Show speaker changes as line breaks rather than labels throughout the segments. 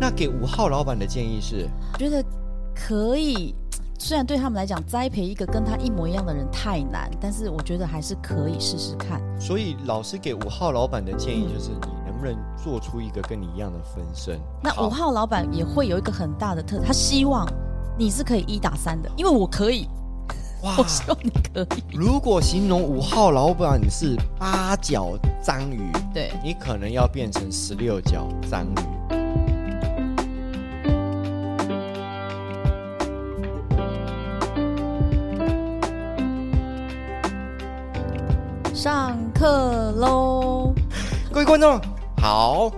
那给五号老板的建议是，
觉得可以。虽然对他们来讲，栽培一个跟他一模一样的人太难，但是我觉得还是可以试试看。
所以老师给五号老板的建议就是，你能不能做出一个跟你一样的分身？
那
好
五号老板也会有一个很大的特，他希望你是可以一打三的，因为我可以，
哇
我希望你可以。
如果形容五号老板是八角章鱼，
对，
你可能要变成十六角章鱼。
上课喽，
各位观众，好，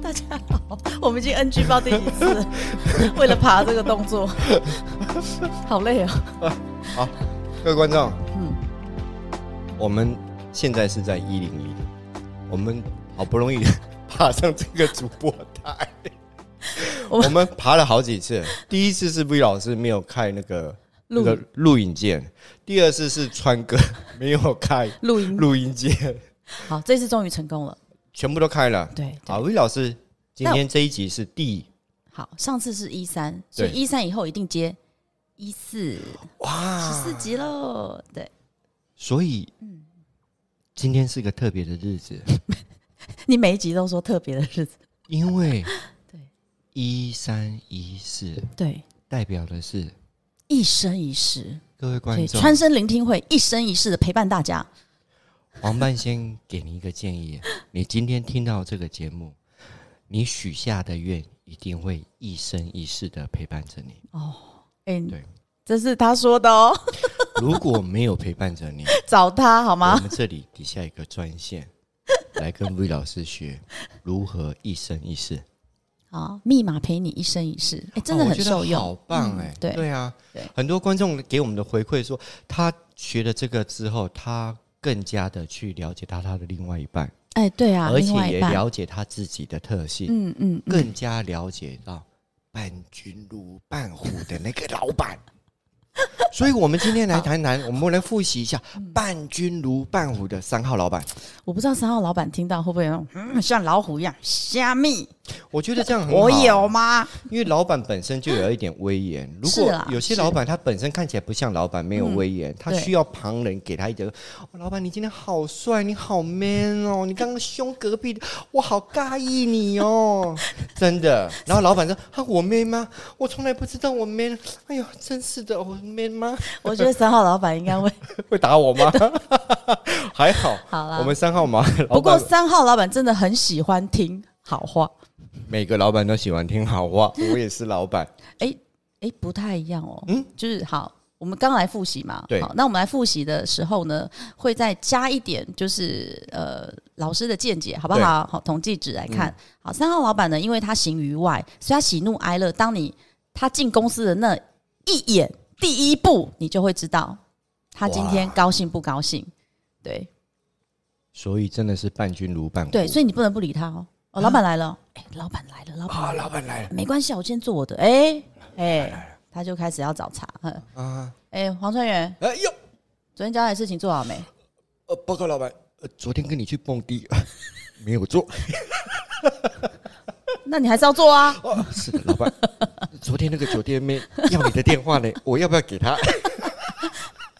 大家好，我们已经 NG 包第几次 了？为了爬这个动 作，好累哦。
好，各位观众，
嗯，
我们现在是在一零一，我们好不容易 爬上这个主播台，
我们
我们爬了好几次。第一次是 V 老师没有开那个那
录
个录影键，第二次是川哥 没有开
录音
录音键，
好，这次终于成功了。
全部都开了。
对，
好，V 老师，今天这一集是第
好，上次是一三，所以
对
一三以后一定接一四，十
哇，
四集喽。对，
所以
嗯
今天是个特别的日子，
你每一集都说特别的日子，
因为
对
一三一四
对，
代表的是
一生一世，
各位
所
观
以
众，
川生聆听会一生一世的陪伴大家。
王半仙给你一个建议，你今天听到这个节目，你许下的愿一定会一生一世的陪伴着你。
哎、
对，
这是他说的哦，
如果没有陪伴着你，
找他好
我
吗？
们这里底下有一个专线，来跟 V 老师学如何一生一世。
好，密码陪你一生一世，哎、真的
哦我
很
觉得
受用。
好棒哎、
嗯对
啊
对
很多观众给我们的回馈说，他学了这个之后，他更加的去了解到他的另外一半，
哎、对啊，
而且
另外一
也
半，
了解他自己的特性，
嗯嗯，嗯
更加了解到伴君如伴虎的那个老板。 所以，我们今天来谈谈，我们来复习一下
嗯
“伴君如伴虎”的三号老板。
我不知道三号老板听到会不会有那种、嗯、像老虎一样虾米，
我觉得这样嗯很好。
我有吗？
因为老板本身就有一点威严，如
嗯是
果
啦
有些
是
老板他本身看起来不像老板，没有威严，他
对
需要旁人给他一点。哦、老板，你今天好帅，你好 man 哦，你刚刚凶隔壁的，我好尬意你 哦，真的。然后老板说：“啊，我 man 吗？我从来不知道我 man。哎呦，真是的，我 man 吗？
我觉得三号老板应该会。
会打我 吗？还好，
好 啦
我们三号嘛，老
不过
板
三号老板真的很喜欢听好话，
每个老板都喜欢听好话，我也是老 板。
哎、哎、不太一样哦。
嗯
嗯，就是好，我们刚来复习嘛。
对
好，那我们来复习的时候呢，会再加一点，就是呃老师的见解，好不好？好，统计值来看，好，三号老板呢，因为他行于外，所以他喜怒哀乐。当你他进公司的那一眼，第一步，你就会知道他今天
哇
高兴不高兴。对
所以真的是伴君如伴虎。
对，所以你不能不理他哦。哦，老板来了，哎、老板来了，老板来了
啊，老板来了
没关系啊，我今天做我的。哎、哎、他就开始要找茬。嗯
啊。”
哎、黄川源，
哎呦，
昨天交代的事情做好没？
呃，报告老板，呃，昨天跟你去蹦迪，没有做。
那你还是要做啊。
哦，是的，老板，昨天那个酒店妹要你的电话 呢，我要不要给她？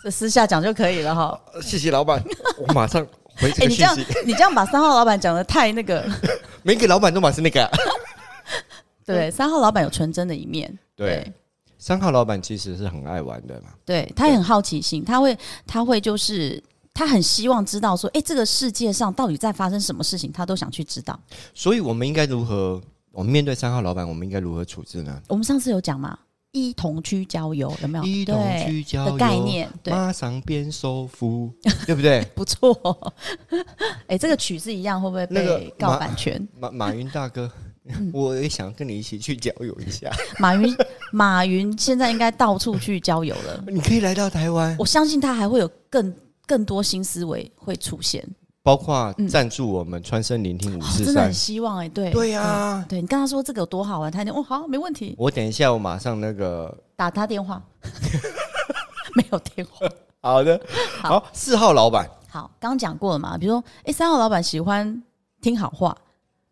这私下讲就可以了哈。
呃谢谢老板，我马上回
哎、
这个
你这
信
样
息。
你这样把三号老板讲的太 那个，
每个老板都满是那个啊、
对，三号老板有纯真的一面，
对，三号老板其实是很爱玩的嘛。
对他也很好奇心，他会他会就是他很希望知道说，哎、这个世界上到底在发生什么事情，他都想去知道。
所以我们应该如何？我们面对三号老板，我们应该如何处置呢？
我们上次有讲嘛，一同区郊游有没有？
一同
对
居交
的概念，对，
马上变首富， 对不对？
不错、哦。哎、这个曲是一样，会不会
那个
被告
马
版权？
马马云大哥，我也想跟你一起去交友一下，
马云，马云现在应该到处去郊游了。
你可以来到台湾。
我相信他还会有更更多新思维会出现，
包括赞助我们川声聆听五
嗯哦
四
真的
三
很。嗯希望哎、对
对呀，
对你跟他说这个有多好玩，他就哦好，没问题，
我等一下，我马上那个
打他电话，没有电话。
好的，好四号老板，
好，刚刚讲过了嘛，比如说哎、三号老板喜欢听好话，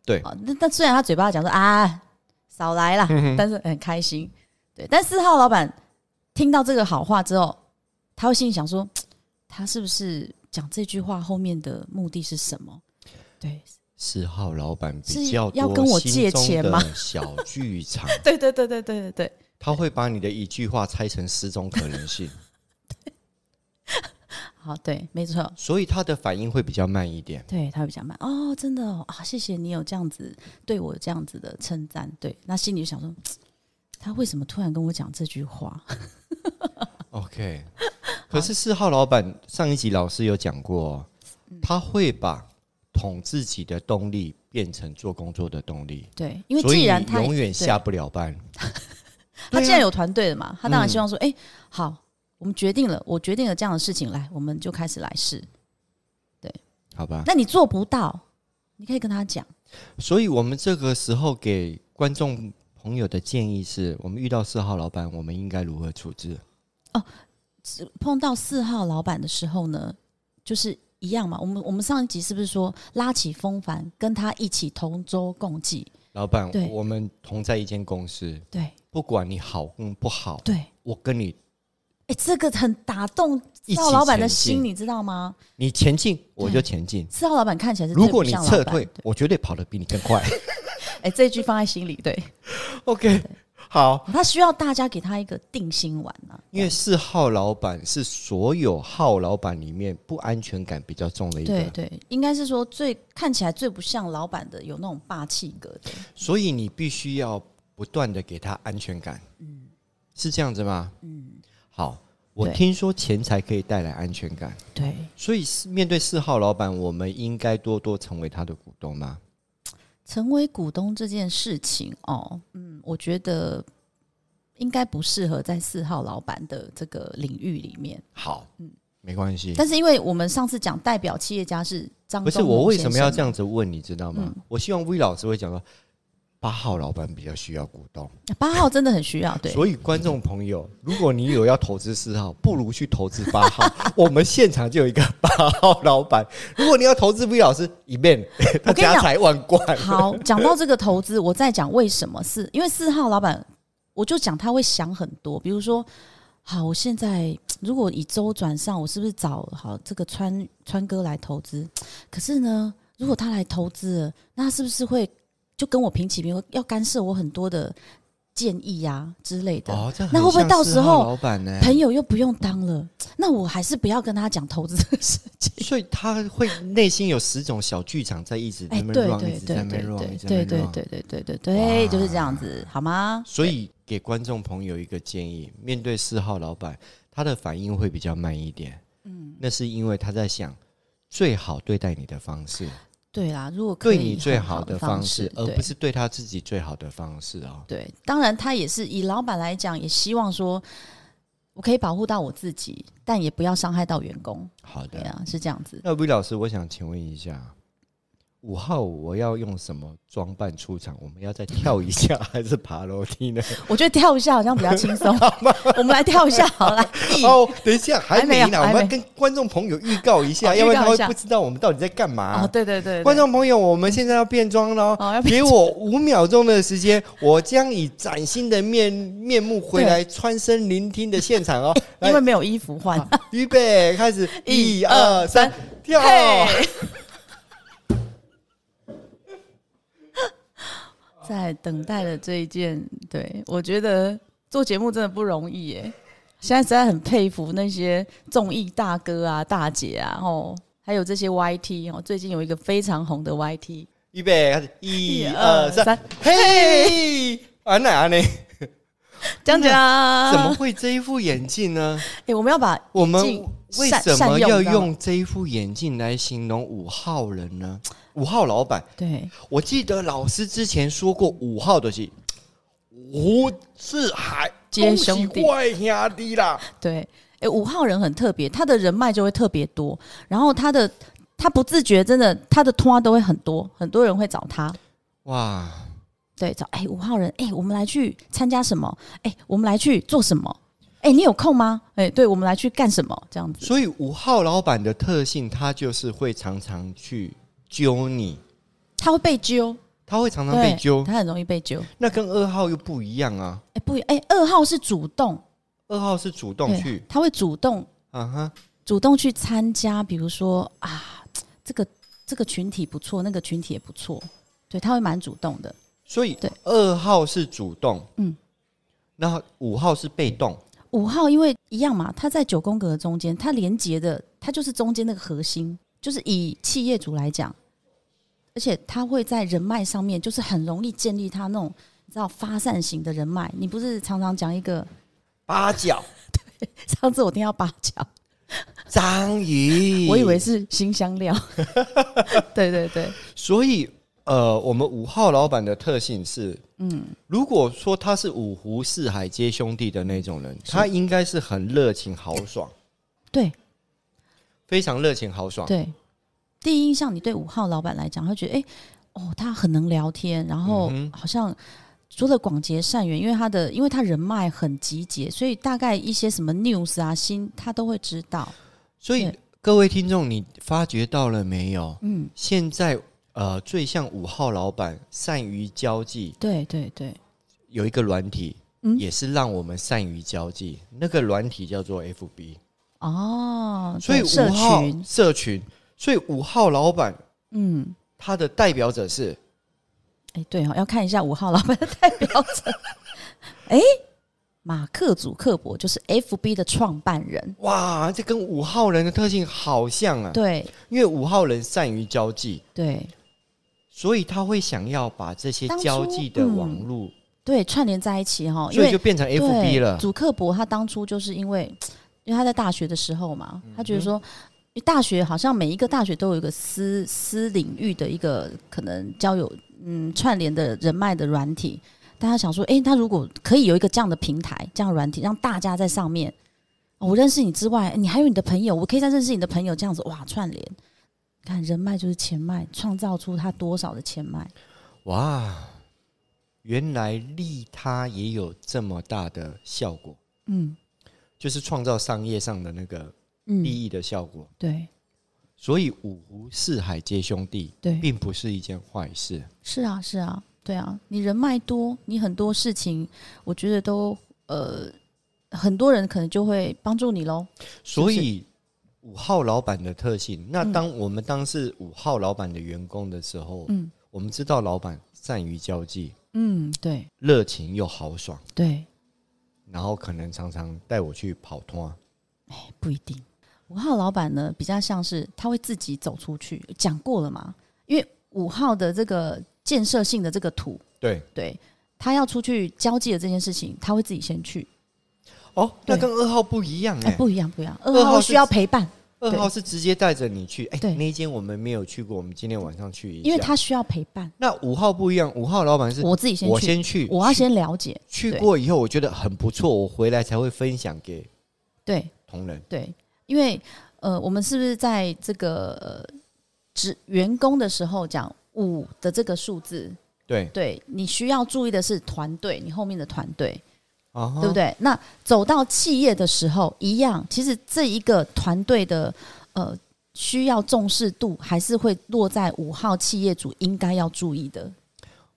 对
哦，那、但虽然他嘴巴讲说啊少来啦，
嗯
但是很开心。对，但四号老板听到这个好话之后，他会心里想说，嘖他是不是讲这句话后面的目的是什么？对，
四号老板比
是
较多
要跟我借钱吗？
小剧场，
对对对对对对对，
他会把你的一句话拆成十种可能 性，
好，对，没错，
所以他的反应会比较慢一点。
对他会比较慢哦，真的哦啊，谢谢你有这样子对我有这样子的称赞，对，那心里就想说，嘖他为什么突然跟我讲这句话？
OK，可是四号老板上一集老师有讲过，哦
嗯
他会把捅自己的动力变成做工作的动力，
对，因为
所以
既然
你
他
永远
对
下不了班。
他
对啊嗯
既然有团队了嘛，他当然希望说，哎、好，我们决定了，我决定了这样的事情，来，我们就开始来试。
好吧，
那你做不到，你可以跟他讲，
所以我们这个时候给观众朋友的建议是：我们遇到四号老板，我们应该如何处置？
碰到四号老板的时候呢，就是一样嘛。我们我们上一集是不是说拉起风帆，跟他一起同舟共济？
老板
对，
我们同在一间公司，
对
不管你好跟不好，
对，哎、
我跟你
这个很打动
一起
四号老板的
前进
心，你知道吗？
你前进，我就前进。
四号老板看起来是最
如果
不
你
像
撤
老板
退，
对
我绝对跑得比你更快。
哎、这一句放在心里，对
OK，好，
他需要大家给他一个定心丸啊。
因为四号老板是所有号老板里面不安全感比较重的一
对
个，
对，应该是说最看起来最不像老板的，有那种霸气格的。
所以你必须要不断的给他安全感。嗯，是这样子吗？嗯，好，我
对
听说钱财可以带来安全感，
对，
所以是面对四号老板，我们应该多多成为他的股东吗？
成为股东这件事情哦，嗯，我觉得应该不适合在四号老板的这个领域里面。
好，没关系。
但是因为我们上次讲代表企业家是张
不是
忠谋
我为什么要
先啊
这样子问，你知道吗？我希望 V 老师会讲说，八号老板比较需要股东，
生？八号真的很需要，对
所以观众朋友，如果你有要投资四号，不如去投资八号。 我们现场就有一个八号老板，如果你要投资 V 老师，一面他
我跟你讲
家财万贯。
好，讲到这个投资，我再讲为什么是因为四号老板，我就讲他会想很多，比如说，好，我现在如果以周转上，我是不是找好这个川川哥来投资？可是呢，如果他来投资了，那他是不是会就跟我平起平坐，要干涉我很多的建议呀、之类的？
哦，哎这很
那会不会
像
到
四
时
号
候
老板呢？
朋友又不用当了，那我还是不要跟他讲投资这个事情。
所以他会内心有十种小剧场在一直在
哎，
那
对
边
对
run，一
对
直在
对
那边 run，一
对
直在那
对对
边 run
对对对对对，就是这样子，好吗？
所以给观众朋友一个建议：面对四号老板，他的反应会比较慢一点。嗯，那是因为他在想最好对待你的方式，
对啦，如果可
对
以
你最
很
好
好
的
方
方式，而
对
不是对他自己最好的方式哦。
对。当然，他也是以老板来讲，也希望说我可以保护到我自己，但也不要伤害到员工。
好
对
的，
啊，是这样子。
那 V 老师，我想请问一下，五号我要用什么装扮出场？我们要再跳一下还是爬楼梯 呢？
我觉得跳一下好像比较轻 松，我们来跳一下好了。一
哦，等一下，还
还没
没
有
呢，我们
还
要
没
跟观众朋友预告一下，
哦
要不然
预
他
告
会
一下
不知道我们到底在干嘛
哦，。对对对，对
观众朋友，我们现在要变装了
哦要
哦，给我五秒钟的时间，我将以崭新的面面目回来，穿身聆听的现场 哦。
因
来啊
为，没有衣服换，
预备，开始，
一
一二三，跳！
嘿 在等待的这一件，对我觉得做节目真的不容易耶。现在实在很佩服那些综艺大哥啊、大姐啊，哦，还有这些 YT 哦，最近有一个非常红的 YT，
预备，开始，一
一
二
二
三
三，
嘿！啊哪啊呢？
讲讲
怎么？会这一副眼镜呢？
啊哎、我们要把
我们
眼镜
为
善
什么
善
要
到
用这一副眼镜来形容五号人呢？五号老板，
对
我记得老师之前说过五号的是吴志海，
皆
恭喜
兄弟
怪兄弟啦。
对，哎，五号人很特别，他的人脉就会特别多，然后他的他不自觉，真的他的托都会很多，很多人会找他。
哇，
对，找哎五号人，哎，我们来去参加什么？哎，我们来去做什么？哎，你有空吗？哎，对，我们来去干什么？这样子，
所以五号老板的特性，他就是会常常去揪你，
他会被揪，
他会常常嗯
对
被揪，
他很容易被揪。
那跟二号又不一样啊。
哎、不一，哎、二号是主动，
二号是主动
对
去，，
他会主动
啊哈，
主动去参加，比如说啊，这个这个群体不错，那个群体也不错，对，他会蛮主动的。
所以
对
二号是主动，
嗯，
然后五号是被动，
五号因为一样嘛，它在九宫格中间，它连接的它就是中间那个核心，就是以企业主来讲，而且它会在人脉上面，就是很容易建立它那种你知道发散型的人脉。你不是常常讲一个，
八角
上次我听到八角，
章鱼，
我以为是新香料， 对对对，
所以，呃，我们五号老板的特性是，嗯，如果说他是五湖四海皆兄弟的那种人，他应该是很热情豪爽，
对
非常热情豪爽。
对，第一印象你对五号老板来讲，会觉得哎、诶哦，他很能聊天，然后
嗯
好像除了广结善缘，因为他的因为他人脉很集结，所以大概一些什么 news 啊新他都会知道。
所以
对，
各位听众，你发觉到了没有？
嗯，
现在，呃，最像五号老板善于交际，
对对对，
有一个软体，
嗯
也是让我们善于交际，那个软体叫做 FB。
哦，
所以
对社
五号
群，
社群，所以五号老板
嗯。
他的代表者是
哎，对哦，要看一下五号老板的代表者。 哎，马克·祖克伯就是 FB 的创办人。
哇，这跟五号人的特性好像啊！
对
因为五号人善于交际，
对
所以他会想要把这些
当初
交际的
嗯
网络，
对，串联在一起哈、因
所以
为
就变成
对
FB 了。
祖克伯他当初就是因为，因为他在大学的时候嘛，他觉得说，因为大学好像每一个大学都有一个私私领域的一个可能交友嗯串联的人脉的软体，但他想说，诶，他如果可以有一个这样的平台，这样的软体，让大家在上面。哦我认识你之外，你还有你的朋友，我可以再认识你的朋友，这样子哇串联，看人脉就是钱脉，创造出他多少的钱脉，
哇，原来利他也有这么大的效果，
嗯
就是创造商业上的那个利
嗯，
益的效果。
对
所以五湖四海皆兄弟，
对，
并不是一件坏事。
是啊，是啊，对啊，你人脉多，你很多事情，我觉得都呃，很多人可能就会帮助你喽。
所以五号老板的特性，那当我们当是五号老板的员工的时候，
嗯
我们知道老板善于交际，
嗯，对
热情又豪爽，
对，
然后可能常常带我去跑通啊。
不一定。五号老板呢，比较像是他会自己走出去，讲过了嘛，因为五号的这个建设性的这个图，
对，
对他要出去交际的这件事情，他会自己先去。
哦，那
对
跟二号不一样哎、
哎，不一样，不一样，二
二号
号
是
需要陪伴，
二
对
号是直接带着你去，哎、
对
那一间我们没有去过，我们今天晚上去一下。
因为他需要陪伴。
那五号不一样，五号老板是
我自己先
我
去，
先去，
我要先了解。
去
对
过以后，我觉得很不错，我回来才会分享给
对，
同仁。
对，因为呃，我们是不是在这个呃职员工的时候讲五的这个数字？
对，
对你需要注意的是团队，你后面的团队，
啊哈
对不？对？那走到企业的时候，一样，其实这一个团队的呃需要重视度，还是会落在五号企业主应该要注意的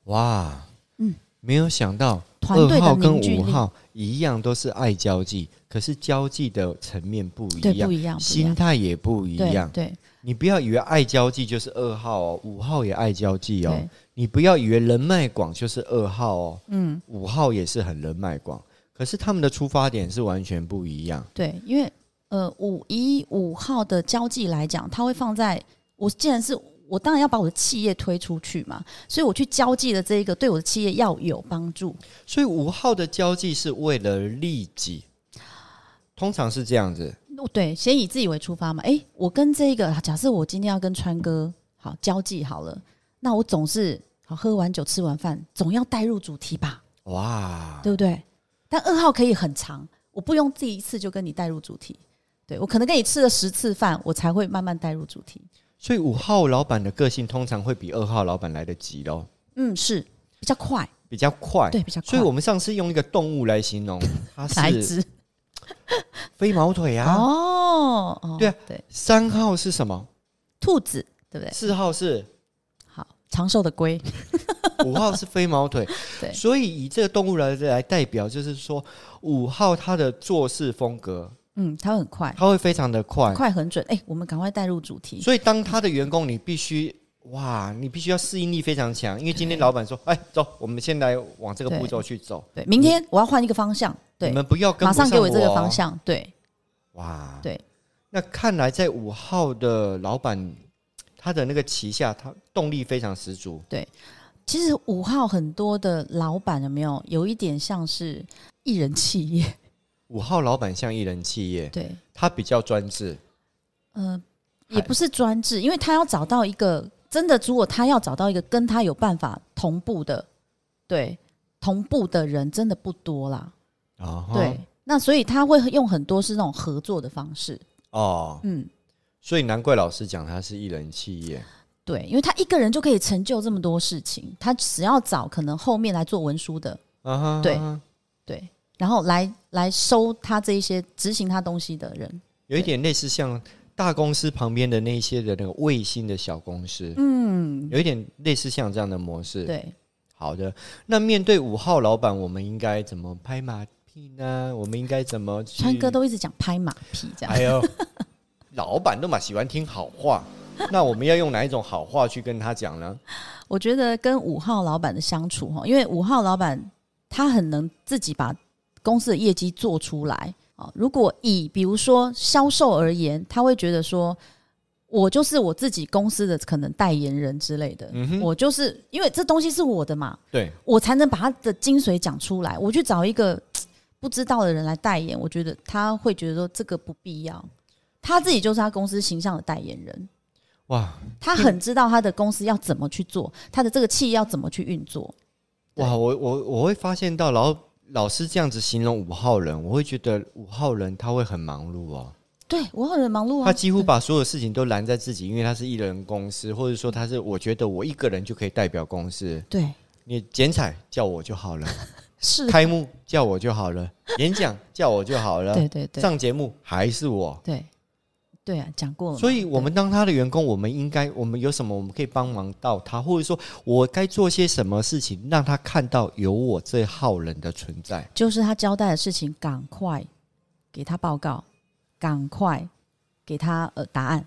哇，嗯
嗯，
没有想到
团
二
队的
号跟
凝聚
五
力，
号一样都是爱交际，可是交际的层面不一
对，
样，
不一样，不一
心
样，
态也不一
对
样。
对
你不要以为爱交际就是二号哦，五号也爱交际哦
对。，
你不要以为人脉广就是二号哦，
嗯。
五号也是很人脉广，可是他们的出发点是完全不一样。
对，因为呃，五一五号的交际来讲，它会放在我既然是我当然要把我的企业推出去嘛，所以我去交际的这一个对我的企业要有帮助。
所以五号的交际是为了利己，通常是这样子。
哦对，先以自己为出发嘛。诶，我跟这个假设我今天要跟川哥好交际好了，那我总是好喝完酒吃完饭，总要带入主题吧，
哇，
对不对？但二号可以很长，我不用第一次就跟你带入主题。对我可能跟你吃了十次饭，我才会慢慢带入主题。
所以五号老板的个性通常会比二号老板来得急喽。
嗯，是比较快。
比较快。
对，比较快。
所以我们上次用一个动物来形容，它
哪一
是
只？
飞毛腿啊。
哦，哦
对啊
对，
三号是什么？
兔子对不对？
四号是
好，长寿的龟，
五号是飞毛腿，
对
所以以这个动物来来代表，就是说五号它的做事风格，
嗯，它会很快，
它会非常的快，
快很准。哎、我们赶快带入主题。
所以当他的员工，你必须哇，你必须要适应力非常强，因为今天老板说，哎，走，我们先来往这个
对
步骤去走，
对，明天我要换一个方向，
你
对，
们不要跟
马
不
上
上
给我这个
哦
方，向，对，
哇，
对。
那看来在五号的老板，他的那个旗下，他动力非常十足，
其实五号很多的老板有没有有一点像是艺人 企业？
五号老板像艺人企业，
对，
他比较专制，
呃，
还
也不是专制，因为他要找到一个真的，如果他要找到一个跟他有办法同步的，对，同步的人真的不多啦。
啊，
对，，那所以他会用很多是那种合作的方式。
哦，
嗯，
所以难怪老师讲他是艺人企业，
对，因为他一个人就可以成就这么多事情，他只要找可能后面来做文书的，
啊哈，
对对，然后来来收他这一些执行他东西的人。
有一点类似像大公司旁边的那些的那个卫星的小公司，
嗯，
有一点类似像这样的模式。，
对，
好的。那面对五号老板，我们应该怎么拍马屁呢？我们应该怎么去？
川哥都一直讲拍马屁这样。
哎呦，老板都嘛喜欢听好话，那我们要用哪一种好话去跟他讲呢？
我觉得跟五号老板的相处哈，因为五号老板他很能自己把公司的业绩做出来啊。如果以比如说销售而言，他会觉得说。我就是我自己公司的可能代言人之类的，
嗯哼
我就是因为这东西是我的嘛，
对，
我才能把它的精髓讲出来。我去找一个不知道的人来代言，我觉得他会觉得说这个不必要。他自己就是他公司形象的代言人，
哇
他很知道他的公司要怎么去做，他的这个企业要怎么去运作。对
哇，我我我会发现到老老师这样子形容五号人，我会觉得五号人他会很忙碌哦。
对我很忙碌啊，
他几乎把所有事情都拦在自己，因为他是艺人公司，或者说他是我觉得我一个人就可以代表公司，
对
你剪彩叫我就 好了，
是，
开幕叫我就好了，演讲叫我就好了，
对对对
上节目还是我。
对对啊，讲过了嘛。
所以，我们当他的员工，我们应该，我们有什么我们可以帮忙到他，或者说我该做些什么事情，让他看到有我这号人的存在。
就是他交代的事情，赶快给他报告，赶快给他呃答案。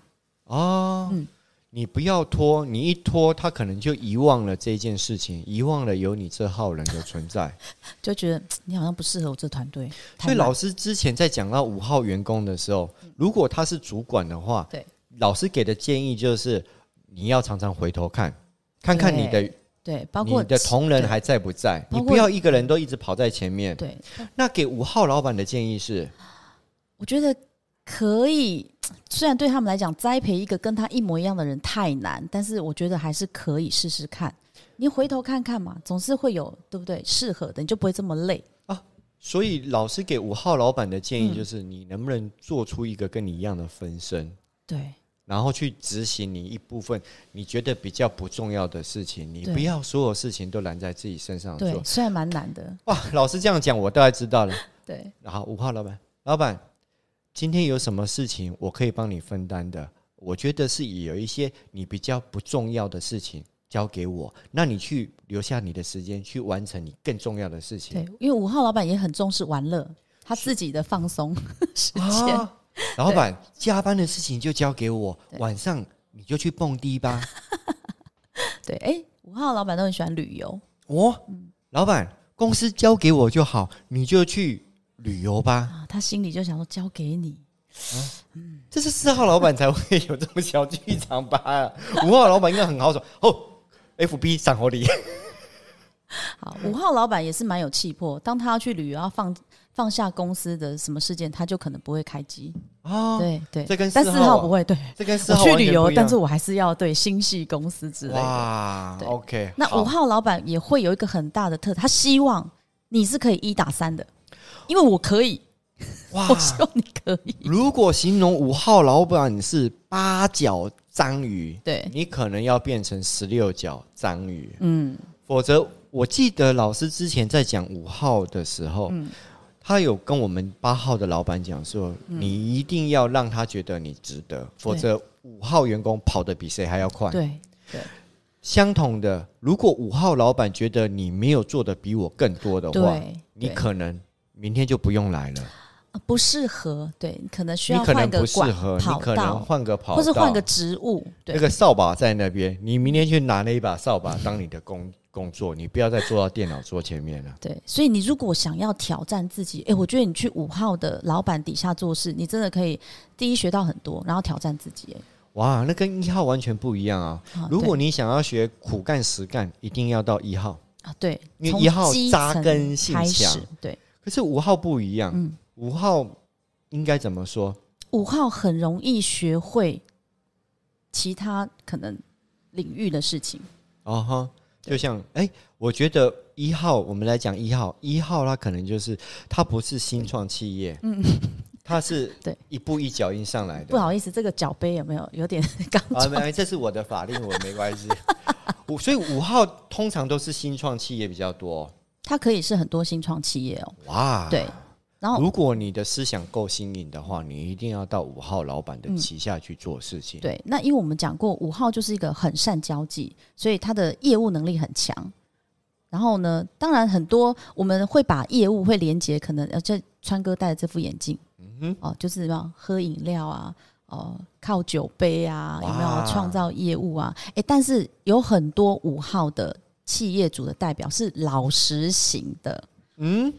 哦，
嗯
你不要拖，你一拖，他可能就遗忘了这件事情，遗忘了有你这号人的存在。
就觉得嗯嘖你好像不适合我这团队，太
所以
慢
老师之前在讲到五号员工的时候，如果他是主管的话，
嗯对，
老师给的建议就是你要常常回头看，看看你的
对，包括
你的同仁
对
还在不在，
包
你
括
不要一个人都一直跑在前面。
对，
那给五号老板的建议是，
我觉得可以。嘖虽然对他们来讲，栽培一个跟他一模一样的人太难，但是我觉得还是可以试试看。你回头看看嘛，总是会有对不对适合的，你就不会这么累。
所以
嗯
老师给五号老板的建议就是，你能不能做出一个跟你一样的分身，
对
然后去执行你一部分你觉得比较不重要的事情，你
对
不要所有事情都揽在自己身上
对
做，。
虽然蛮难的，
哇，老师这样讲，我大概知道了。
对
好，五号老板，老板，今天有什么事情我可以帮你分担的？我觉得是有一些你比较不重要的事情交给我，那你去留下你的时间去完成你更重要的事情。
对，因为五号老板也很重视玩乐，他自己的放松时间。
啊， 老板，加班的事情就交给我，
对
晚上你就去蹦迪吧。
对，哎，五号老板都很喜欢旅游，
哦，老板，公司交给我就好，你就去旅游吧。
啊，他心里就想说交给你，
这是四号老板才会有这种小剧场吧？五号老板应该很豪爽哦。FB 赏活礼，
好，五号老板也是蛮有气魄。当他要去旅游，要放放下公司的什么事件，他就可能不会开机。
啊，
对对，
这跟
但
四
四
号啊
号不会。对，
这跟四
我
号
去
完全
旅游
不，一样
但是我还是要对心系公司之类的。
哇
对
，OK，
那
好
五号老板也会有一个很大的特，他希望你是可以一打三的，因为我可以， 我
哇，
希望你可以。
如果形容五号老板是八角章鱼，
对，
你可能要变成十六角章鱼，
嗯，
否则我记得老师之前在讲五号的时候，
嗯
他有跟我们八号的老板讲说，
嗯
你一定要让他觉得你值得，否则五号员工跑得比谁还要快。
对对
相同的，如果五号老板觉得你没有做的比我更多的话，
对，
你
对
可能明天就不用来了，
呃不适合，对，可能需
你
要
可能
换个
不适
管
合，你
跑
可能
道，
换个跑道，
或是换个职务，对
那，个扫把在那边，你明天去拿那一把扫把当你的工工作，你不要再坐到电脑桌前面了。
对，所以你如果想要挑战自己，诶，我觉得你去五号的老板底下做事，你真的可以第一学到很多，然后挑战自己。
哇，那跟一号完全不一样啊！
哎，啊
如果
对
你想要学苦干实干，一定要到一号。
啊对，
因为
从
一号
基
扎
层
根性
开
强
始，对，
可是五号不一样，
嗯
五号应该怎么说？
五号很容易学会其他可能领域的事情，
哦哈，就像哎、我觉得一号，我们来讲一号，一号它可能就是它不是新创企业，嗯，它是
对
一步一脚印上来的。
不好意思，这个脚杯有没有有点 刚
啊，没，这是我的法令，我没关系。 五，所以五号通常都是新创企业比较多。
它可以是很多新创企业哦，
哇，
对。哦然后
如果你的思想够新颖的话，你一定要到五号老板的旗下去做事情。
对，那因为我们讲过，五号就是一个很善交际，所以他的业务能力很强。然后呢，当然很多我们会把业务会连接，可能呃，这川哥戴的这副眼镜，嗯哼，哦，就是要喝饮料啊，哦、靠酒杯啊，有没
哇
有创造业务啊？诶，但是有很多五号的企业主的代表是老实型的，
嗯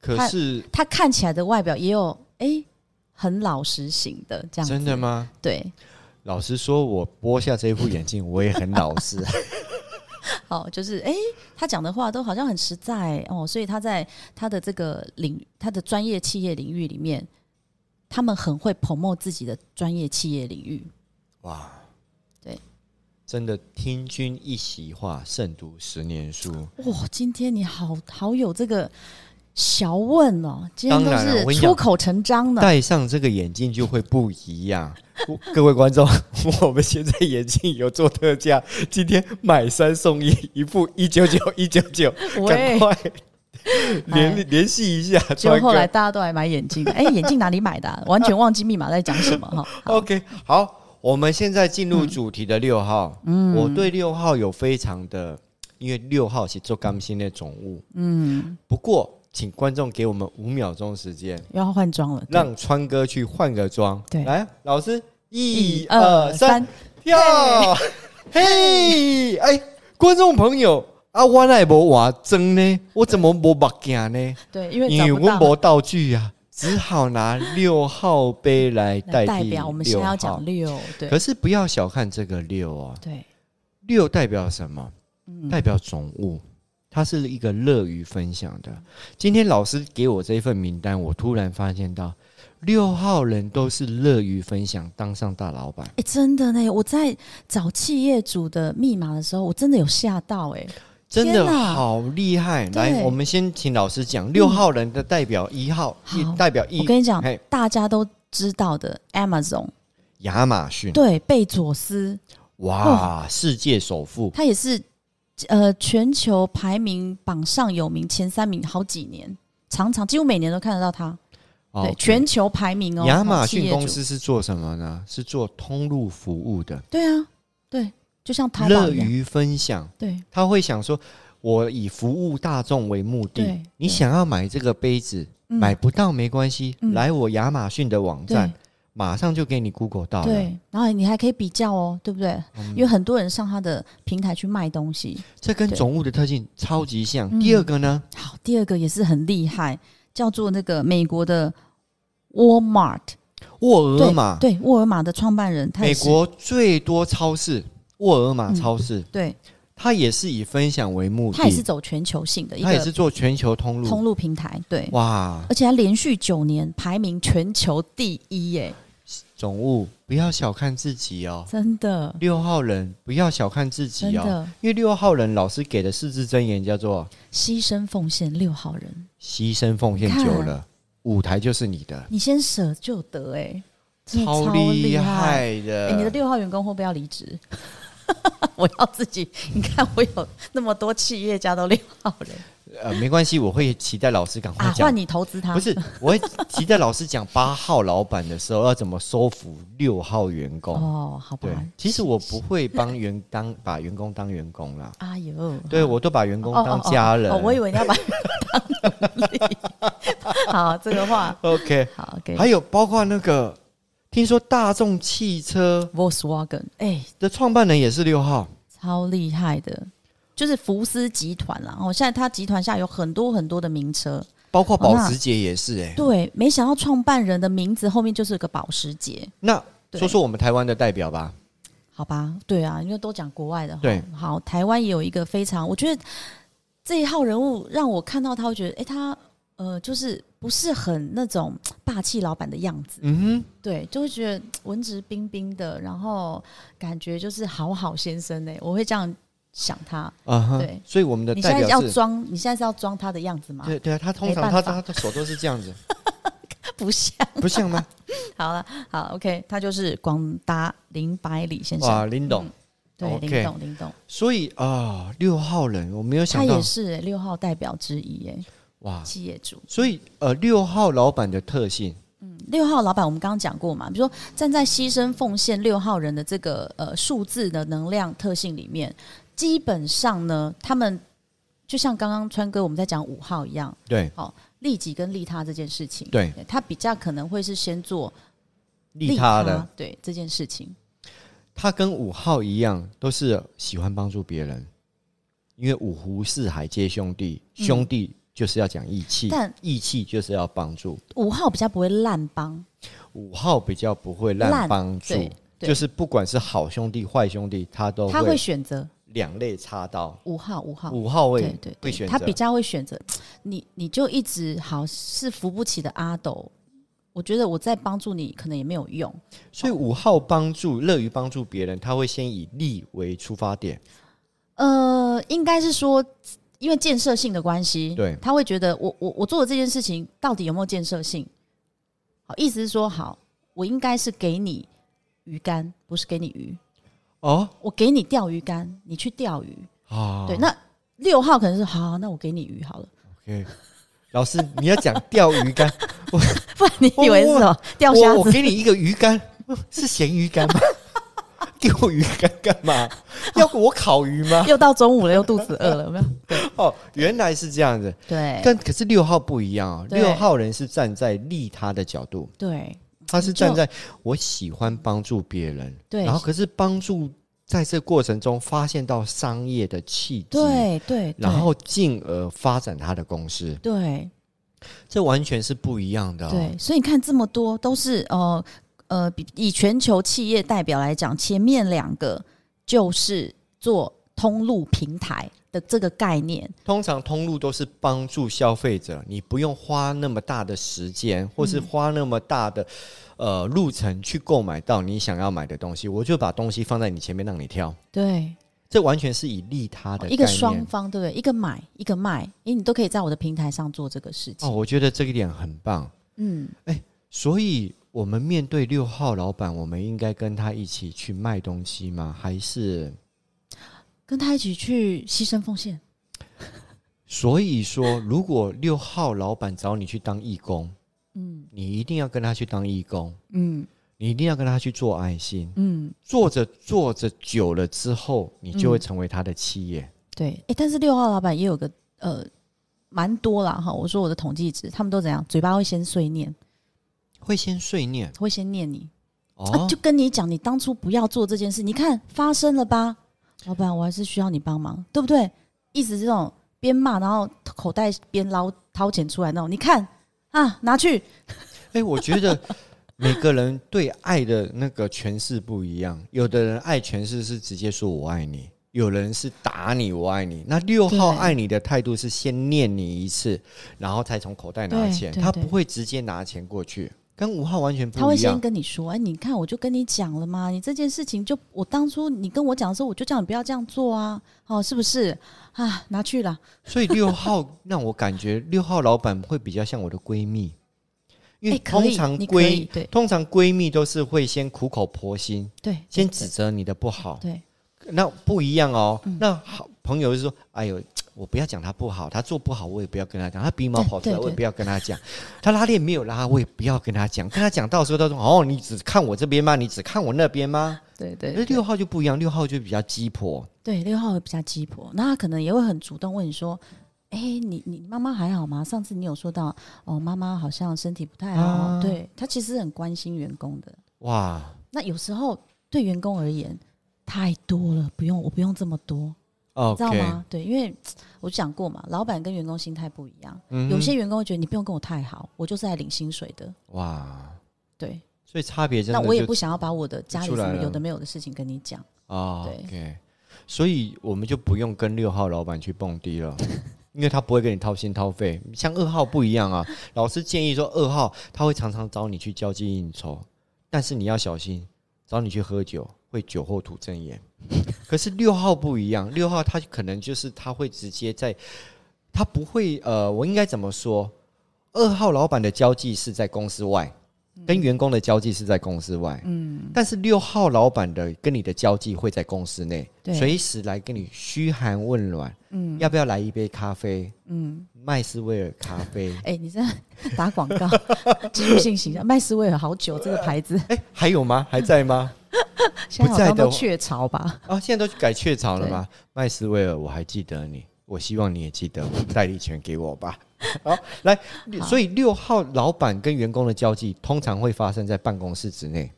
可
他
是
他看起来的外表也有诶，很老实型的这样子，
真的吗？
对，
老实说，我剥下这副眼镜，我也很老实。
哦，就是哎、诶他讲的话都好像很实在哦，所以他在他的这个领，他的专业企业领域里面，他们很会 promote 自己的专业企业领域。
哇，
对，
真的听君一席话，胜读十年书。
哇，今天你好好有这个小问哦，今天
当
都
然了我跟
是
你讲
出口成章的。
戴上这个眼镜就会不一样。 我各位观众， 我们现在眼镜有做特价，今天买三送一，一副一九九一九九，赶
喂，
快联联系一下
结果
川
后来
哥。
大家都来买眼镜，哎、眼镜哪里买的啊、完全忘记密码在讲什 么哈。好嗯
OK，好，我们现在进入主题的六号。嗯，我对六号有非常的，因为六号是做刚性的总务。嗯，不过请观众给我们五秒钟时间，
又要换装了，对
让川哥去换个妆。
对
来，老师，一二三。，跳，嘿，哎，观众朋友啊，我奈无话真呢，我怎么无目镜呢？
对，因为
因为
找不
我
到。
无道具啊，只好拿六号杯来代
来代
替
表我们现
六
在要
号。
讲六，对
可是不要小看这个六啊，
对，
六代表什么？
嗯
代表总务，它是一个乐于分享的。今天老师给我这一份名单，我突然发现到六号人都是乐于分享，当上大老板。
哎、真的呢！我在找企业主的密码的时候，我真的有吓到哎、
真
天
的
哪
好厉害！
对嗯
来，我们先请老师讲六号人的代表一号，
好
一代表
我
一
跟你讲
嘿，嗯
大家都知道的 Amazon，
亚马逊，
对，哦贝佐斯，
哇，世界首富，
他也是呃全球排名榜上有名前三名好几年，常常几乎每年都看得到他。
哦
对，全球排名哦，
亚马
企
逊
业主
公司是做什么呢？是做通路服务的，
对啊，对，就像淘宝
乐
一样，
于分享。
对
他会想说，我以服务大众为目的
对，
你
对
想要买这个杯子，
嗯
买不到没关系，
嗯
来我亚马逊的网站，马上就给你 Google 到
对
了。
对，然后你还可以比较哦，对不对？
嗯
因为很多人上他的平台去卖东西，
这跟
对
总务的特性超级像。
嗯
第二个呢？
好，第二个也是很厉害，叫做那个美国的 Walmart，
沃尔玛，
对，沃尔玛的创办人，他
啊
也
美
是
国最多超市沃尔玛超市，
对，
它也是以分享为目的，
嗯他也是走全球性的一
它也
个
是做全球通路。
通路平台，对，
哇，
而且他连续九年排名全球第一，耶，
总务不要小看自己哦，
真的，
六号人不要小看自
真
己哦，
的，
因为六号人老师给的四字真言叫做
牺牲奉献六好人，
牺牲奉献
你看
久了，舞台就是你的，
你先舍就得，哎，真的
超
厉
厉
害。
害
哎、
的。
你的六号员工会不会要离职？ 我要自己，你看我有那么多企业家都六号人，
呃，没关系，我会期待老师赶快
啊，
讲
换。你投资他
不是，我会期待老师讲八号老板的时候要怎么收服六号员工。
哦，好吧
对，，其实我不会帮员当把员工当员工啦，
哎呦，
对我都把员工
哦
当家人。
哦哦哦我以为你要把当奴 隶。好，这个话
OK，
好给
还有包括那个，听说大众汽车
Volkswagen，哎、
的创办人也是六号，
超厉害的，就是福斯集团啦。哦，现在他集团下有很多很多的名车，
包括
哦
保
那
时捷也是哎、
对，没想到创办人的名字后面就是有个保时捷，
那
对
说说我们台湾的代表吧，
好吧？对啊，因为都讲国外的哈，
对
好，台湾也有一个非常，我觉得这一号人物让我看到他，会觉得，哎、他呃，就是不是很那种霸气老板的样子，
嗯哼，
对，就会觉得文质彬彬的，然后感觉就是好好先生呢、我会这样想他。
啊哈
对
所以我们的
你现
代
在要
表是，
装，你现在是要装他的样子吗？
对对啊，他通常
没
他
办
他
法
的手都是这样子，
不像。
不像吗？
好了，好，OK，他就是广达林百里先生，
哇，林
嗯
董，
对，
OK
林董，林董，
所以啊，六、号人我没有
他
想到啊
也是欸六、号代表之一，哎，
哇，
企业主。
所以呃，六号老板的特性，
六号老板，我们刚刚讲过嘛，比如说站在牺牲奉献六号人的这个呃数字的能量特性里面，基本上呢，他们就像刚刚川哥我们在讲五号一样，
对
利己跟利他这件事情，
对，
他比较可能会是先做
利他的，
对这件事情，
他跟五号一样，都是喜欢帮助别人，因为五湖四海皆兄弟，兄弟就是要讲义气，
嗯但
义气就是要帮助。
五号比较不会滥帮，
五号比较不会滥
滥
帮助
对，对
就是不管是好兄弟坏兄弟，他都
他会
会
选择
两肋插刀。
五号，五号，
五号
对
位
对
会
对，
选
他
择
比较会选择你，你就一直好是扶不起的阿斗。我觉得我在帮助你，可能也没有用。
所以五号帮助乐于帮助别人，他会先以利为出发点。
呃，应该是说，因为建设性的关系，
对
他会觉得我我我做的这件事情到底有没有建设性？好，意思是说，好，我应该是给你鱼竿，不是给你鱼，
哦
我给你钓鱼竿，你去钓鱼。
啊，
对，那六号可能是好，那我给你鱼好了，
OK，老师你要讲钓鱼竿，
不然你以为是什么 钓虾
哦我我
子？
给你一个鱼竿，是咸鱼竿吗？给我鱼竿干嘛？要我烤鱼 吗？
又到中午了，又肚子饿了，有没有？
哦，原来是这样子。
对
但可是六号不一样哦，
对
六号人是站在利他的角度，
对
他是
就
站在我喜欢帮助别人，
对
然后可是帮助在这过程中发现到商业的契机，，
对对，
然后进而发展他的公司，
对
这完全是不一样的、哦。
对，所以你看这么多都是呃呃，比以全球企业代表来讲，前面两个就是做通路平台的这个概念，
通常通路都是帮助消费者，你不用花那么大的时
嗯
间，或是花那么大的、呃路程去购买到你想要买的东西，我就把东西放在你前面让你挑，
对，
这完全是以利他的
哦一个
概念
双方对不对？一个买一个卖，诶，你都可以在我的平台上做这个事
哦，
情，
我觉得这一点很棒。哎
嗯，
所以我们面对六号老板，我们应该跟他一起去卖东西吗？还是
跟他一起去牺牲奉献，
所以说，如果六号老板找你去当义工，
嗯
你一定要跟他去当义工，
嗯
你一定要跟他去做爱心。
嗯，
做着做着久了之后，你就会
嗯
成为他的企业。
对，诶，但是六号老板也有个呃。蛮多啦哈，我说我的统计值，他们都怎样？嘴巴会先碎念，
会先碎念
会先念你，啊，
哦
就，跟你讲，你当初不要做这件事，你看发生了吧？老板，我还是需要你帮忙，对不对？意思是这种边骂，然后口袋边捞掏钱出来那种，你看啊，拿去，
哎、我觉得 每个人对爱的那个诠释不一样，有的人爱诠释是直接说我爱你，有人是打你我爱你。那六号
对
爱你的态度是先念你一次，然后才从口袋拿
对
钱，
对
他
对
不会直接拿钱过去，跟五号完全
他
不
会
一
先
样。
跟你说，哎，你看，我就跟你讲了嘛，你这件事情就我当初你跟我讲的时候，我就叫你不要这样做啊，哦，是不是啊？拿去了，
所以六号让我感觉六号老板会比较像我的闺蜜，因为
哎可以
通常
你可以
闺、
对
通常闺蜜都是会先苦口婆心，
对，
先
对
指责你的不好。
对，嗯
那不一样哦，那好朋友就说：“哎呦，我不要讲他不好，他做不好我也不要跟他讲，他鼻毛跑出来
对对
我也不要跟他讲， 他拉链没有拉我也不要跟他讲，跟他讲到时候他说哦，你只看我这边吗？你只看我那边吗？
对
那
对
六号就不一样，六号就比较鸡婆，
对，六号会比较鸡婆，那他可能也会很主动问你说：“哎、你你妈妈还好吗？上次你有说到哦，妈妈好像身体不太好。
啊
对他其实很关心员工的。
哇，
那有时候对员工而言太多了，不用我不用这么多，你知道
OK，
吗？对，因为我讲过嘛，老板跟员工心态不一样，
嗯哼
有些员工会觉得你不用跟我太好，我就是来领薪水的。
哇，
对，
所以差别真的
那
就
我也不想要把我的家里
出来
什么
了
有的没有的事情跟你讲。
啊、
对
OK，所以我们就不用跟六号老板去蹦迪了。因为他不会跟你掏心掏肺，像二号不一样啊。老师建议说，二号他会常常找你去交际应酬，但是你要小心，找你去喝酒会酒后吐真言。可是六号不一样，六号他可能就是他会直接在，他不会呃，我应该怎么说？二号老板的交际是在公司外，跟员工的交际是在公司外。但是六号老板的跟你的交际会在公司内，
对
随时来跟你嘘寒问暖。嗯，要不要来一杯咖啡？嗯，麦斯威尔咖啡。
哎、你这打广 告，植入性形象，麦斯威尔好久这个牌子，
哎、还有吗？还在吗？
现在好
在
像
的
都
话
雀巢吧？
啊，现在都改雀巢了吗？麦斯威尔，我还记得你，我希望你也记得我，代理权给我吧。 好，来，
好
所以六号老板跟员工的交际通常会发生在办公室之内。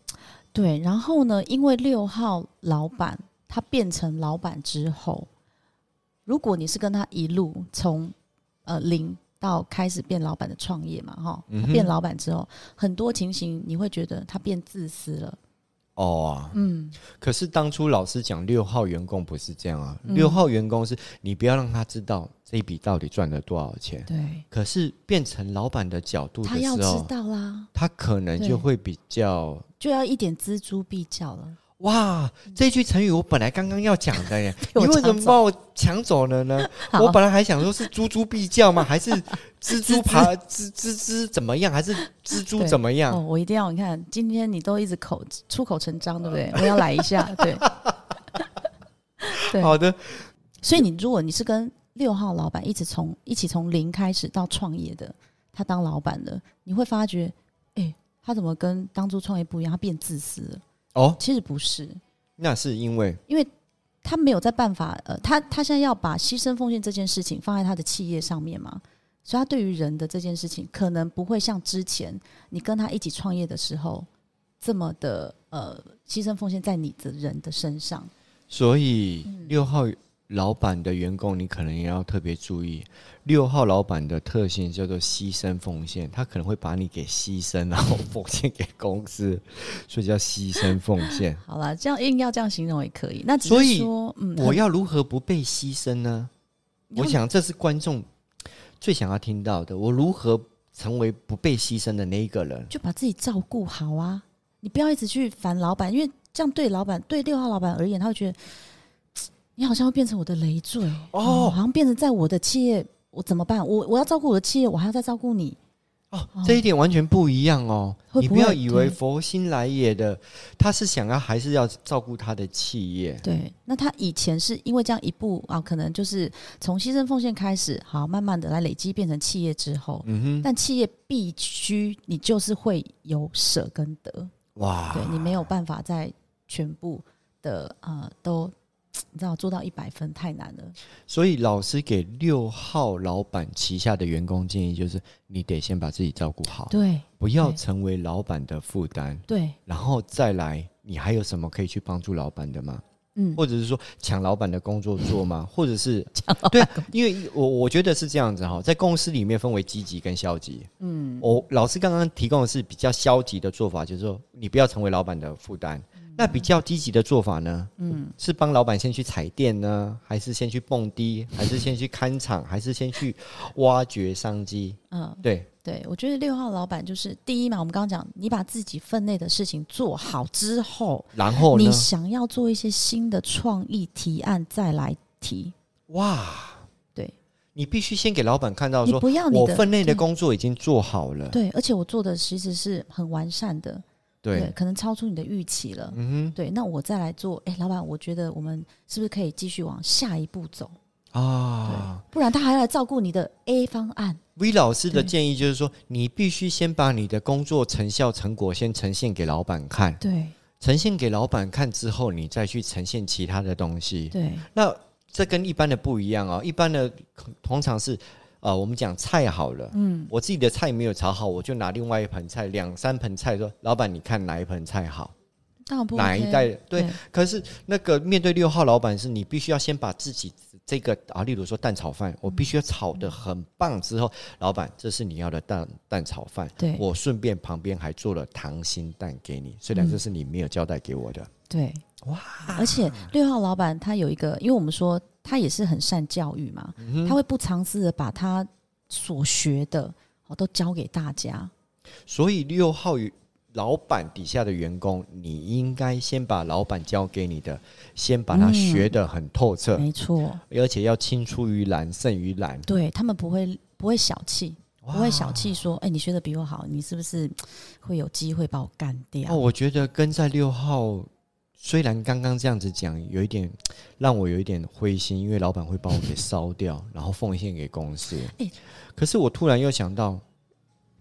对，然后呢，因为六号老板他变成老板之后，如果你是跟他一路从呃零到开始变老板的创业嘛，哈，
嗯
他
哼
变老板之后，很多情形你会觉得他变自私了，
哦、啊，
嗯，
可是当初老师讲六号员工不是这样啊，
嗯
六、号员工是你不要让他知道这一笔到底赚了多少钱。
对，
可是变成老板的角度
他
的
要
时
知
候，
道啦，
他可能
对
就会比较
就要一点锱铢必较了，
哇，这句成语我本来刚刚要讲的 耶，
被
你
我
为什
嗯抢
么
走
把我抢走了呢？
好
我本来还想说是猪猪必叫吗？还是蜘蛛 爬蜘蜘蛛怎么样？还是蜘蛛
对
怎么样
哦，？我一定要你看，今天你都一直口出口成章，对不 对？我要来一下，对。对哦
好的，
所以你如果你是跟六号老板一直从一起从零开始到创业的，他当老板的，你会发觉，哎、他怎么跟当初创业不一样？他变自私了。
哦，
其实不是，
那是因为
他没有在办法，呃，他他现在要把牺牲奉献这件事情放在他的企业上面嘛，所以他对于人的这件事情，可能不会像之前你跟他一起创业的时候这么的呃牺牲奉献在你的人的身上。
所以
嗯
六号老板的员工，你可能也要特别注意。六号老板的特性叫做牺牲奉献，他可能会把你给牺牲，然后奉献给公司，所以叫牺牲奉献。
好了，这样硬要这样形容也可以，那只
所
是
以
说，嗯，
我要如何不被牺牲呢？
你要
我想这是观众最想要听到的。我如何成为不被牺牲的那一个人？
就把自己照顾好啊！你不要一直去烦老板，因为这样对老板、对六号老板而言，他会觉得嘖你好像会变成我的累赘
哦
好像变成在我的企业，我怎么办？我我要照顾我的企业，我还要再照顾你。
哦，这一点完全不一样哦。
会
你
不
不要
会
以为
对
佛心来也的，他是想要还是要照顾他的企业。
对，那他以前是因为这样一步啊，可能就是从牺牲奉献开始，好，慢慢的来累积变成企业之后，
嗯哼，
但企业必须你就是会有舍跟得。
哇，
对你没有办法在全部的呃都，你知道做到一百分太难了。
所以老师给六号老板旗下的员工建议就是，你得先把自己照顾好，
对
不要
对
成为老板的负担，
对，
然后再来，你还有什么可以去帮助老板的吗？
嗯，
或者是说抢老板的工作做吗？或者是对啊，因为我我觉得是这样子哈，在公司里面分为积极跟消极。嗯，我老师刚刚提供的是比较消极的做法，就是说你不要成为老板的负担。那比较积极的做法呢？嗯，是帮老板先去踩店呢，还是先去蹦迪，还是先去看场，还是先去挖掘商机？
嗯，
对，
对，我觉得六号老板就是第一嘛，我们刚刚讲，你把自己分内的事情做好之后，
然后哦呢
你？想要做一些新的创意提案再来提。
哇，
对
你必须先给老板看到
你
说，
不要你
我
的
分内的
对
工作已经做好了。
对，而且我做的其实是很完善的，
对，
可能超出你的预期了。
嗯
对，那我再来做。哎，老板，我觉得我们是不是可以继续往下一步走？
哼啊
不然他还要来照顾你的 A 方案。
，V 老师的
对
建议就是说，你必须先把你的工作成效成果先呈现给老板看，
对
呈现给老板看之后，你再去呈现其他的东西。
对
那这跟一般的不一样哦，一般的通常是呃，我们讲菜好了，嗯，我自己的菜没有炒好，我就拿另外一盆菜，两三盆菜说，老板你看哪一盆菜好，
当然不、
哪一代对。可是那个面对六号老板是，你必须要先把自己这个啊，例如说蛋炒
嗯
饭，我必须要炒的很棒之后，老板这是你要的蛋蛋炒饭。
对嗯
我顺便旁边还做了溏心蛋给你，虽然这是你没有交代给我的，
对，哇！而且六号老板他有一个，因为我们说他也是很善教育嘛，
嗯
他会不藏私的把他所学的哦都教给大家。
所以六号与老板底下的员工，你应该先把老板交给你的，先把它
嗯
学得很透彻，
没错，
而且要青出于蓝胜于蓝。
对他们不会不会小气，
哇
不会小气说，哎、你学的比我好，你是不是会有机会把我干掉？
哦，我觉得跟在六号，虽然刚刚这样子讲，有一点让我有一点灰心，因为老板会把我给烧掉，然后奉献给公司。
哎
可是我突然又想到，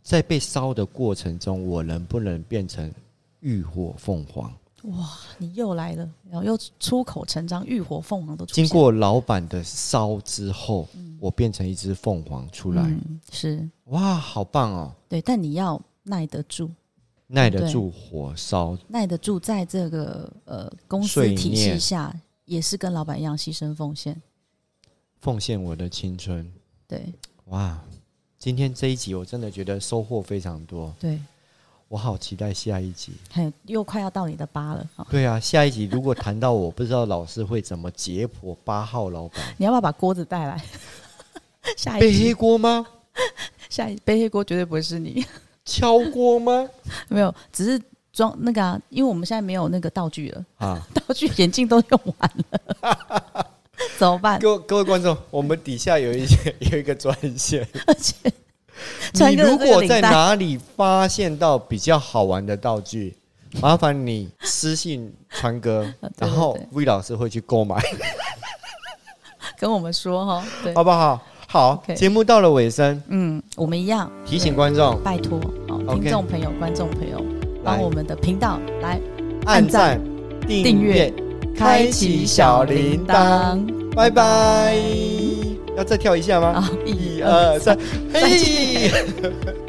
在被烧的过程中，我能不能变成浴火凤凰？
哇，你又来了，然后又出口成章，浴火凤凰都出现
经过老板的烧之后，我变成一只凤凰出来，
嗯，是
哇，好棒哦！
对，但你要耐得住，
耐得
对
住火烧，
耐得住，在这个呃公司
碎
体
念
系下，也是跟老板一样牺牲奉献。
奉献我的青春。
对
哇，今天这一集我真的觉得收获非常多，
对，
我好期待下一集。
还有又快要到你的八了啊、哦
对啊，下一集如果谈到我，不知道老师会怎么解剖八号老板
你要不要把锅子带来？ 下一
背黑
集，
锅吗？
下一背黑锅绝对不会是你，
敲锅吗？
没有，只是装那个啊，因为我们现在没有那个道具了，
啊，
道具眼镜都用完了， 怎么办？
各位各位观众，我们底下有一些 有一个专线，
而且
你
传个
如
这个
果
领
在
带
哪里发现到比较好玩的道 具，麻烦你私信川哥，
啊对
然后
对
V 老师会去购买，
跟我们说哈、哦，对
好，不好？好，
OK
节目到了尾声，
嗯，我们一样
提醒观众
拜托哦，
OK
听众朋友、观众朋友，
来
帮我们的频道来
按
按
赞
赞、
订
订
阅
阅、
开启小铃铛，拜拜。要再跳一下吗？
啊！
一
一
二
二
三
三，，再
嘿
见。